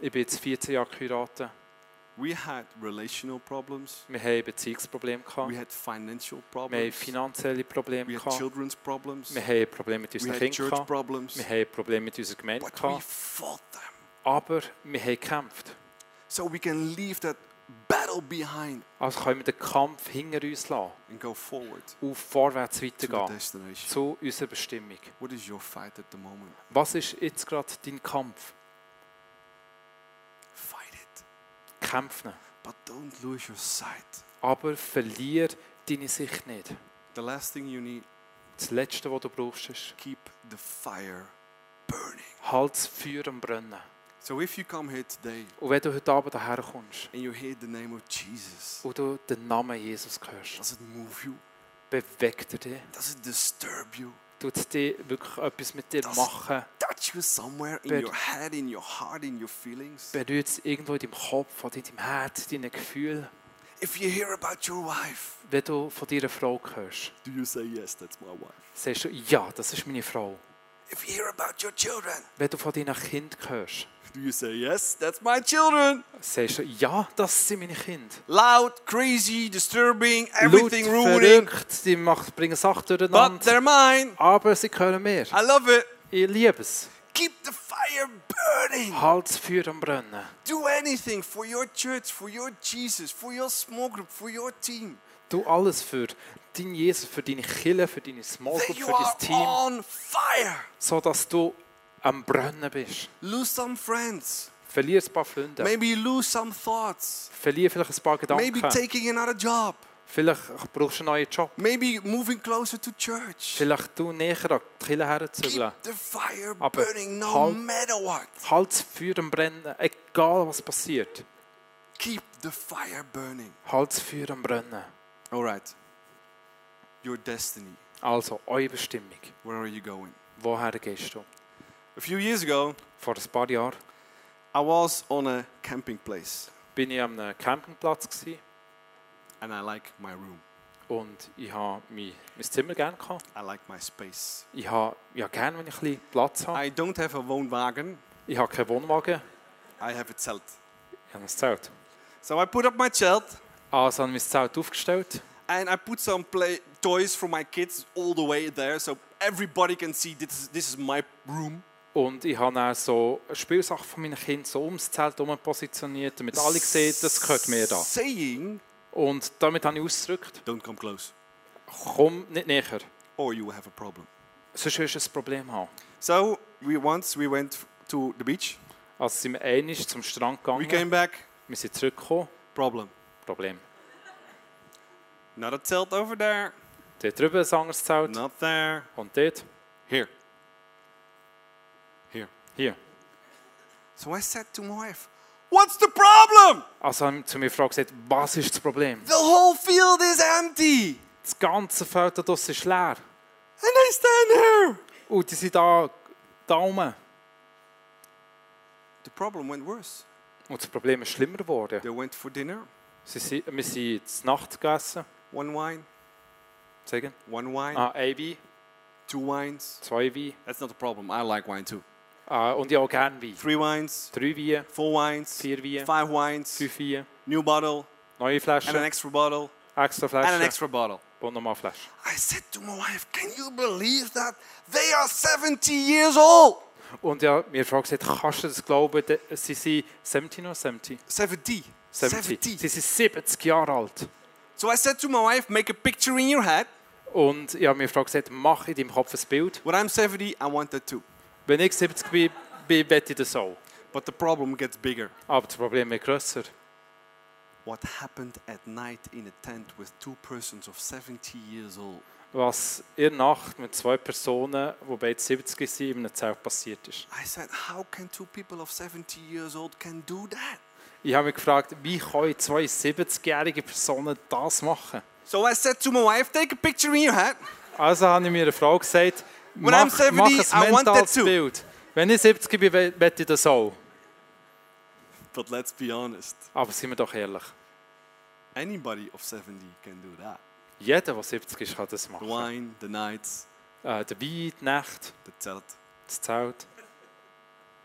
B: Ich bin jetzt 14 Jahre geheiratet.
A: We had relational problems.
B: Wir haben Beziehungsprobleme gehabt.
A: We had financial
B: Wir haben
A: problems.
B: finanzielle Probleme
A: We had
B: gehabt.
A: children's problems.
B: Wir haben Probleme mit
A: We
B: unseren
A: had
B: Kindern
A: church
B: gehabt.
A: problems.
B: Wir haben Probleme mit unserer Gemeinde
A: But we
B: gehabt.
A: fought them.
B: Aber wir haben gekämpft.
A: So we can leave that battle behind
B: Also können wir den Kampf hinter uns lassen
A: and go forward
B: und vorwärts
A: to the
B: weitergehen.
A: destination.
B: Zu unserer Bestimmung.
A: What is your fight at the moment?
B: Was ist jetzt gerade dein Kampf?
A: Fight it.
B: Kämpfen.
A: But don't lose your sight.
B: Aber verlier deine Sicht nicht.
A: The last thing you need,
B: Das Letzte, was du brauchst, ist,
A: keep the fire burning.
B: halt das Feuer am Brennen.
A: So if you come here today
B: Und wenn du heute Abend daher kommst
A: and you hear the name of Jesus,
B: und du den Namen Jesus hörst,
A: does it move you?
B: bewegt er dich.
A: Does it disturb you?
B: Tut es dir wirklich etwas mit dir
A: Das-
B: machen?
A: touch you somewhere in
B: Ber-
A: your head, in your heart, in your feelings.
B: Berührt es irgendwo in deinem Kopf, oder in deinem Herz, deinen Gefühlen?
A: If you hear about your wife,
B: Wenn du von deiner Frau hörst,
A: do you say, Yes, that's my wife?
B: sagst du, ja, das ist meine Frau.
A: If you hear about your children,
B: Wenn du von deinen Kindern hörst,
A: Do you say, yes, that's my children?
B: Sagst du, ja, das sind meine Kinder.
A: Loud, crazy, disturbing,
B: Laut,
A: everything ruining,
B: verrückt, sie macht, bringen Sachen
A: but
B: durcheinander.
A: they're mine.
B: Aber sie gehören mir.
A: I love it.
B: Ich liebe es.
A: Keep the fire burning.
B: Halt das Feuer am Brennen.
A: Do anything for your church, for your Jesus, for your small group, for your team.
B: Tu alles für deinen Jesus, für deine Kirche, für deine Small
A: That
B: Group,
A: you
B: für
A: are
B: dein Team,
A: on fire.
B: sodass du am Brennen bist.
A: Lose some friends.
B: Verlier ein paar Freunde.
A: Maybe lose some thoughts.
B: Verlier vielleicht ein paar
A: Maybe
B: Gedanken.
A: taking another job.
B: Vielleicht brauchst du einen neuen Job.
A: Maybe moving closer to church.
B: Vielleicht du näher an die Kirche
A: Keep
B: herzügeln.
A: the fire
B: Aber
A: burning no
B: halt-
A: matter what.
B: Halt das Feuer am Brennen, egal was passiert.
A: Keep the fire burning.
B: Halt das Feuer am Brennen.
A: All right. Your destiny.
B: Also, eure Bestimmung.
A: Where are you going?
B: Woher gehst du?
A: A few years ago,
B: Vor ein paar Jahren
A: I was on a camping place
B: bin ich an einem Campingplatz gewesen
A: and I like my room.
B: und ich habe mein, mein Zimmer gerne gehabt.
A: I like my space.
B: Ich habe ja gerne, wenn ich ein bisschen Platz habe.
A: I don't have a Wohnwagen,
B: Ich habe keinen Wohnwagen,
A: I have a Zelt.
B: ich habe ein Zelt.
A: So I put up my Zelt
B: Also habe ich mein Zelt aufgestellt
A: and I put some play toys for my kids all the way there so everybody can see this is, this is my room.
B: und ich habe dann so Spielsachen von meinen Kindern so ums Zelt herum positioniert, damit alle sehen, das gehört mir da.
A: Saying,
B: Und damit habe ich ausgedrückt,
A: don't come close
B: komm nicht näher,
A: or you will have a problem.
B: sonst wirst du ein Problem haben.
A: So we once we went to the beach.
B: Also sind wir einmal zum Strand
A: We
B: gegangen,
A: came back.
B: wir sind zurückgekommen,
A: Problem.
B: Problem.
A: Not a tilt over there.
B: Dort drüben ein anderes Zelt
A: Not there.
B: und dort,
A: Here. Here.
B: hier.
A: So I said to my wife, "What's the problem?
B: Also haben zu mir Frau gesagt, was ist das Problem?
A: The whole field is empty,
B: Das ganze Feld da draussen ist leer.
A: and I stand here."
B: Und die sind da Daumen.
A: The problem went worse.
B: Und das Problem ist schlimmer geworden.
A: They went for dinner.
B: Sie, sind- wir sind zu Nacht gegessen.
A: One wine,
B: Sagen.
A: one wine,
B: Ah, ein Wein,
A: two wines.
B: zwei Wein.
A: That's not a problem. I like wine too.
B: Ah, und ich auch gerne Wein.
A: Three wines,
B: Drei Wein,
A: four wines,
B: Vier Wein.
A: five wines,
B: fünf Wein,
A: new bottle,
B: neue
A: and an
B: Flaschen,
A: extra bottle,
B: extra
A: and an
B: Flaschen
A: extra bottle.
B: und nochmal Flaschen.
A: I said to my wife, Can you believe that? They are 70 years old.
B: Und ja, mir Frau gesagt, kannst du das glauben, de- sie sind 17 oder 70?
A: 70.
B: 70. Sie sind 70 Jahre alt.
A: So I said to my wife, Make a picture in your head.
B: Und ich habe mir Frau gesagt, mach in deinem Kopf ein Bild.
A: When I'm 70, I want that too.
B: Wenn ich 70 bin, bin will ich das auch.
A: But the problem gets bigger.
B: Aber das Problem wird grösser.
A: What happened at night in a tent with two persons of 70 years old?
B: Was in der Nacht mit zwei Personen, die beide 70 sind, in einem Zelt passiert ist.
A: I said, How can two people of 70 years old can do that?
B: Ich habe mich gefragt, wie können zwei 70-jährige Personen das machen?
A: So I said to my wife, Take a picture in your head.
B: Also habe ich mir eine Frau gesagt,
A: When
B: mach,
A: I'm 70,
B: mach
A: I
B: ein
A: want that
B: mentales
A: too.
B: Bild. Wenn ich 70 bin, wette ich das auch.
A: But let's be honest,
B: Aber sind wir doch ehrlich.
A: anybody of 70 can do that.
B: Jeder, der 70 ist, kann das
A: The
B: machen.
A: wine, the nights,
B: Äh, der Wein, die Nacht,
A: the tent.
B: das Zelt.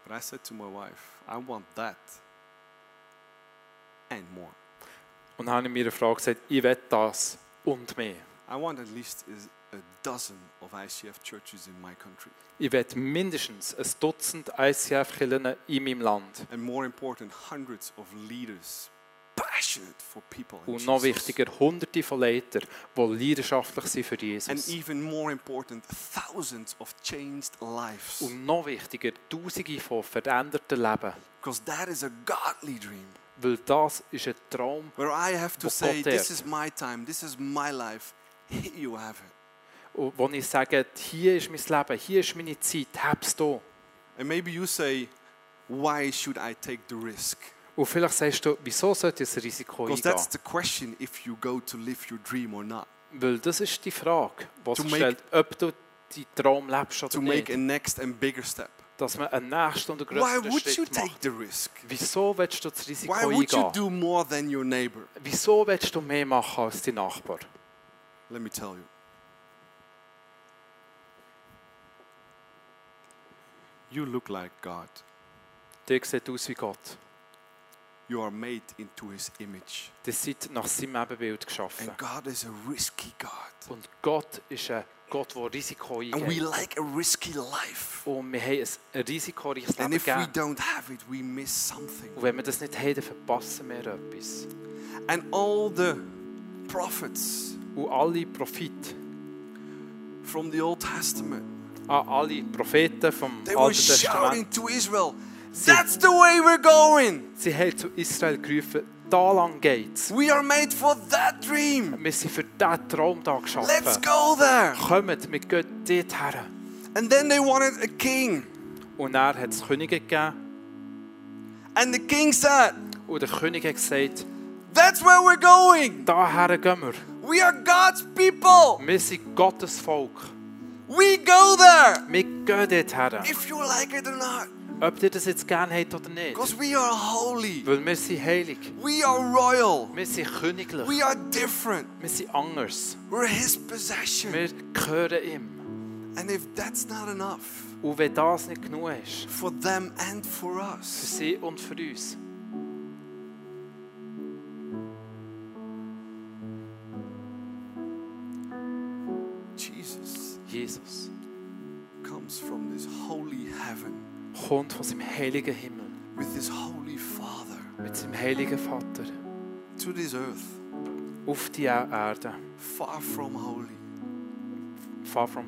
A: But I said to my wife, I want that and more.
B: Und dann habe ich mir eine Frau gesagt, ich will das und mehr.
A: I want at least is- a dozen of ICF churches in my country.
B: Ich will mindestens ein Dutzend ICF-Kirchen in meinem Land.
A: And more important, hundreds of leaders passionate for people. and
B: Und noch
A: Jesus.
B: wichtiger, hunderte von Leitern, die leidenschaftlich sind für
A: And e-
B: Jesus.
A: even more important, thousands of changed lives.
B: Und noch wichtiger, tausende von veränderten Leben.
A: Because that is a godly dream.
B: Weil das ist ein Traum.
A: Where I have to
B: Wo
A: say,
B: Gott ehrt.
A: this is my time, this is my life. Here you have it.
B: Und wo ich sage, hier ist mein Leben, hier ist meine Zeit, hab's hier.
A: And maybe you say, why should I take the risk?
B: Und vielleicht sagst du, wieso sollte ich das Risiko
A: Because
B: eingehen?
A: that's the question if you go to live your dream or not.
B: Weil das ist die Frage, die
A: To
B: sich
A: make-
B: stellt, ob du deinen Traum lebst oder
A: To make a
B: nicht.
A: next and bigger step.
B: Dass man einen nächsten und einen
A: Why
B: grösseren
A: would you
B: Schritt macht.
A: take the risk?
B: Wieso willst du das Risiko
A: Why would you
B: eingehen?
A: do more than your neighbor?
B: Wieso willst du mehr machen als dein Nachbar?
A: Let me tell you. You look like God.
B: Ihr seht aus wie Gott.
A: You are made into his image.
B: Ihr seid nach seinem Ebenbild geschaffen.
A: And God is a risky God.
B: Und Gott ist ein Gott, der Risiko
A: And we
B: eingeht.
A: like a risky life.
B: Und wir haben ein risikoreiches
A: And
B: Leben
A: if we
B: gegeben.
A: don't have it, we miss something.
B: Und wenn wir das nicht haben, dann verpassen wir etwas.
A: And all the prophets
B: Und alle Propheten,
A: from the Old Testament,
B: an ah, alle Propheten vom
A: they were
B: Alten Testament,
A: shouting to Israel, That's the way we're going.
B: sie haben zu Israel gerufen, da lang geht's.
A: We are made for that dream.
B: Wir sind für diesen Traum da
A: Let's
B: geschaffen.
A: go there.
B: Kommt, wir gehen dort her.
A: And then they wanted a king.
B: Und er hat es Könige gegeben.
A: And the king said,
B: Und der König hat gesagt,
A: That's where we're going.
B: daher gehen wir.
A: We are God's people.
B: Wir sind Gottes Volk.
A: We go there.
B: Wir gehen dort her.
A: If you like it or not.
B: Ob ihr das jetzt gerne habt oder nicht.
A: Because we are holy.
B: Weil wir sind heilig.
A: We are royal.
B: Wir sind königlich.
A: We are different.
B: Wir sind anders.
A: We're his possession.
B: Wir gehören ihm.
A: And if that's not enough
B: Und wenn das nicht genug ist,
A: for them and for
B: für
A: us,
B: sie und für uns,
A: Jesus
B: Jesus
A: comes from this holy heaven
B: kommt von seinem heiligen Himmel,
A: with his holy Father
B: mit seinem heiligen Vater,
A: to this earth,
B: auf die Erde,
A: far from holy.
B: far from,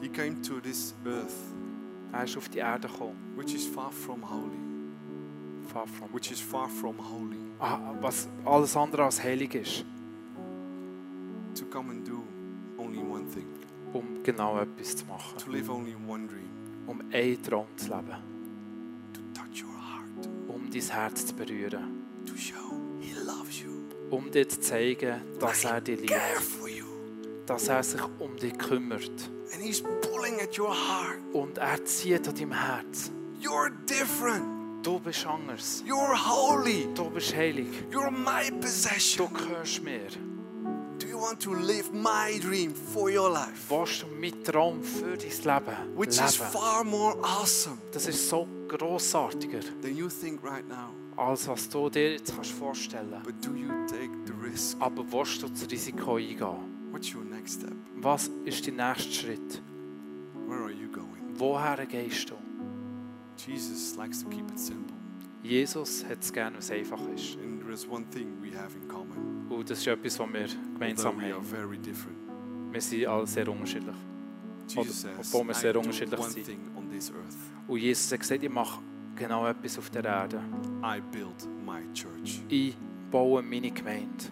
A: He came to this earth,
B: er ist auf die Erde gekommen,
A: which is far from holy,
B: far from,
A: which is far from holy,
B: ah, was alles andere als heilig ist,
A: to come and do only one thing,
B: um genau etwas zu machen,
A: to live only one dream,
B: um einen Traum zu leben,
A: to touch your heart,
B: um dein Herz zu berühren,
A: to show he loves you,
B: um dir zu zeigen, dass er dich
A: care
B: liebt,
A: for you,
B: dass er sich um dich kümmert.
A: and he's pulling at your heart.
B: Und er zieht an deinem Herz.
A: You're different.
B: Du bist anders.
A: You're holy.
B: Du bist heilig.
A: You're my
B: Du
A: possession.
B: gehörst mir.
A: Do you want to live my dream for your life?
B: Willst du meinen Traum für dein Leben
A: Which is
B: leben?
A: far more awesome
B: Das ist so grossartiger,
A: than you think right now.
B: als was du dir jetzt kannst vorstellen kannst.
A: But do you take the risk?
B: Aber willst du das Risiko eingehen?
A: What's your next step?
B: Was ist dein nächster Schritt?
A: Where are you going?
B: Woher gehst du?
A: Jesus likes to keep it simple.
B: Jesus hat es gerne, wenn es einfach ist.
A: And there is one thing we have in common.
B: Und das ist etwas, was wir
A: Although
B: gemeinsam
A: we are
B: haben.
A: very different.
B: Wir sind alle sehr unterschiedlich.
A: Jesus
B: Ob-
A: says,
B: obwohl wir
A: I
B: sehr
A: do
B: unterschiedlich
A: one
B: sind.
A: thing on this earth.
B: Und Jesus hat gesagt, ich mache genau etwas auf der Erde.
A: I build my church.
B: Ich baue meine Gemeinde.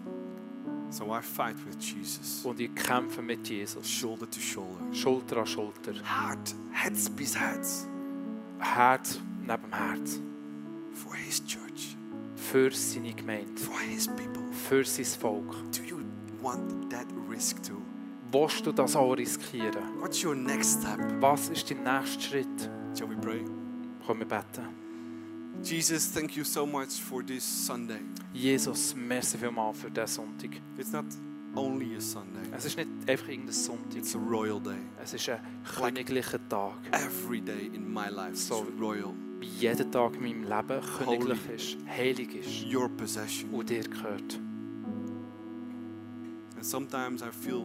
A: So I fight with Jesus.
B: Und ich kämpfe mit Jesus.
A: Shoulder to shoulder.
B: Schulter an Schulter.
A: Heart, heads bis heads.
B: Herz neben Herz.
A: For his church.
B: Für seine Gemeinde.
A: For his people.
B: Für sein Volk.
A: Do you want that risk too?
B: Willst du das auch riskieren?
A: What's your next step?
B: Was ist dein nächster Schritt?
A: Shall we pray?
B: Können wir beten?
A: Jesus, thank you so much for this Sunday.
B: Jesus, merci vielmals für diesen Sonntag.
A: It's not only a Sunday,
B: Es ist nicht einfach irgendein Sonntag.
A: it's a royal day.
B: Es ist ein königlicher Tag.
A: Every day in my life is
B: So-
A: royal.
B: Wie jeder Tag in meinem Leben königlich ist, heilig ist
A: Your possession.
B: und dir gehört.
A: And sometimes I feel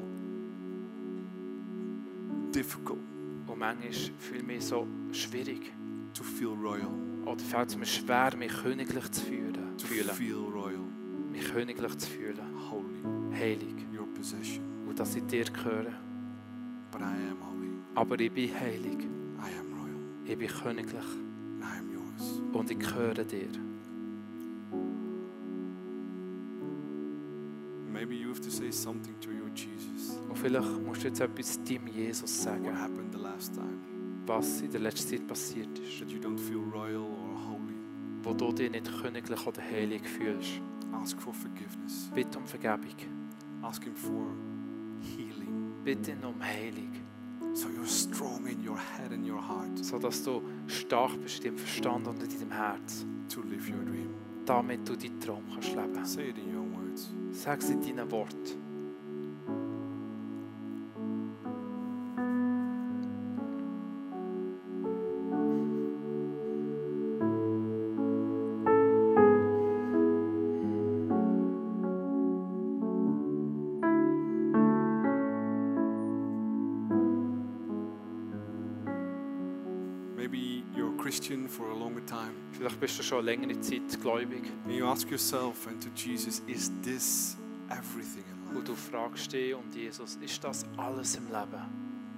A: difficult
B: Und manchmal fühle ich mich so schwierig.
A: to feel royal.
B: Oder fällt es mir schwer, mich königlich zu fühlen.
A: To
B: fühlen.
A: feel royal,
B: Mich königlich zu fühlen.
A: holy,
B: Heilig.
A: your possession.
B: Und dass ich dir gehöre.
A: But I am holy.
B: Aber ich bin heilig.
A: I am royal.
B: Ich bin königlich.
A: And I am yours.
B: Und ich gehöre dir.
A: Maybe you have to say something to your Jesus.
B: Und vielleicht musst du jetzt etwas deinem Jesus
A: What
B: sagen,
A: happened the last time?
B: was in der letzten Zeit passiert ist.
A: That you don't feel royal or holy.
B: Wo du dich nicht königlich oder heilig fühlst.
A: Ask for forgiveness.
B: Bitte um Vergebung.
A: Ask Him for healing.
B: Bitte ihn um Heilung.
A: So you're strong in your head and your heart
B: Sodass du stark bist in deinem Verstand und in deinem Herz.
A: to live your dream.
B: Damit du deinen Traum kannst leben kannst.
A: Say it in your own words.
B: Sag es in deinen Worten.
A: Christian for a longer time.
B: Vielleicht bist du schon längere Zeit gläubig
A: And you ask yourself and to Jesus, is this everything in life?
B: und du fragst dich und Jesus, ist das alles im Leben?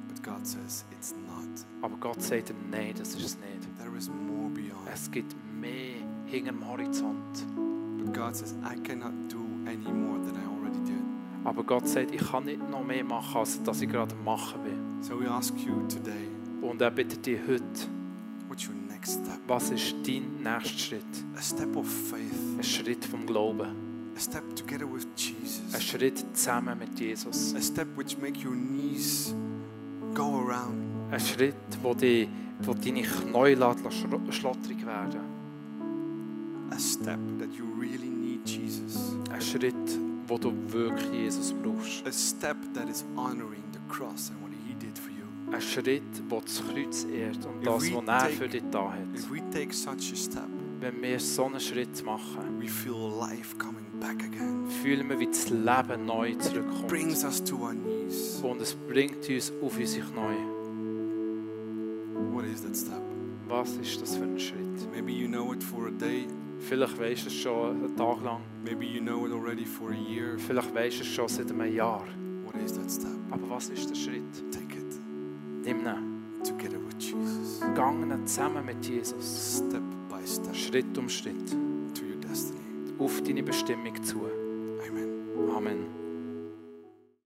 A: But God says it's not.
B: Aber Gott sagt dir, nein, das ist es nicht.
A: There is more beyond.
B: Es gibt mehr hinter dem Horizont.
A: But God says, I cannot do any more than I already did.
B: Aber Gott sagt, ich kann nicht noch mehr machen, als das ich gerade am machen bin.
A: So we ask you today,
B: Und er bittet dich heute,
A: what's your next step?
B: was ist dein nächster Schritt?
A: A step of faith,
B: Ein Schritt vom Glauben.
A: a step together with
B: Ein
A: Jesus,
B: Schritt zusammen mit Jesus.
A: a step which make your knees go around,
B: Ein Schritt, wo, die, wo deine Knie lässt, lässt schro- schlotterig werden.
A: a step that you really need Jesus,
B: Ein Schritt, wo du wirklich Jesus brauchst.
A: a step that is honoring the cross and what He did for you.
B: Ein Schritt, wo das Kreuz ehrt und
A: If
B: das,
A: we
B: was er
A: take-
B: für dich da hat.
A: If we take such a step,
B: Wenn wir so einen Schritt machen,
A: we feel life coming back again.
B: fühlen wir, wie das Leben neu zurückkommt.
A: Brings us to our knees.
B: Und es bringt uns auf unsere Knie.
A: What is that step?
B: Was ist das für ein Schritt?
A: Maybe you know it for a day,
B: Vielleicht weisst du es schon einen Tag lang,
A: maybe you know it already for a year.
B: vielleicht weisst du es schon seit einem Jahr.
A: What is that step?
B: Aber was ist der Schritt?
A: Take it
B: Nimm ihn.
A: together with Jesus,
B: Gang ihn zusammen mit Jesus.
A: step by step
B: Schritt um Schritt.
A: to your destiny.
B: Auf deine Bestimmung zu.
A: Amen.
B: Amen.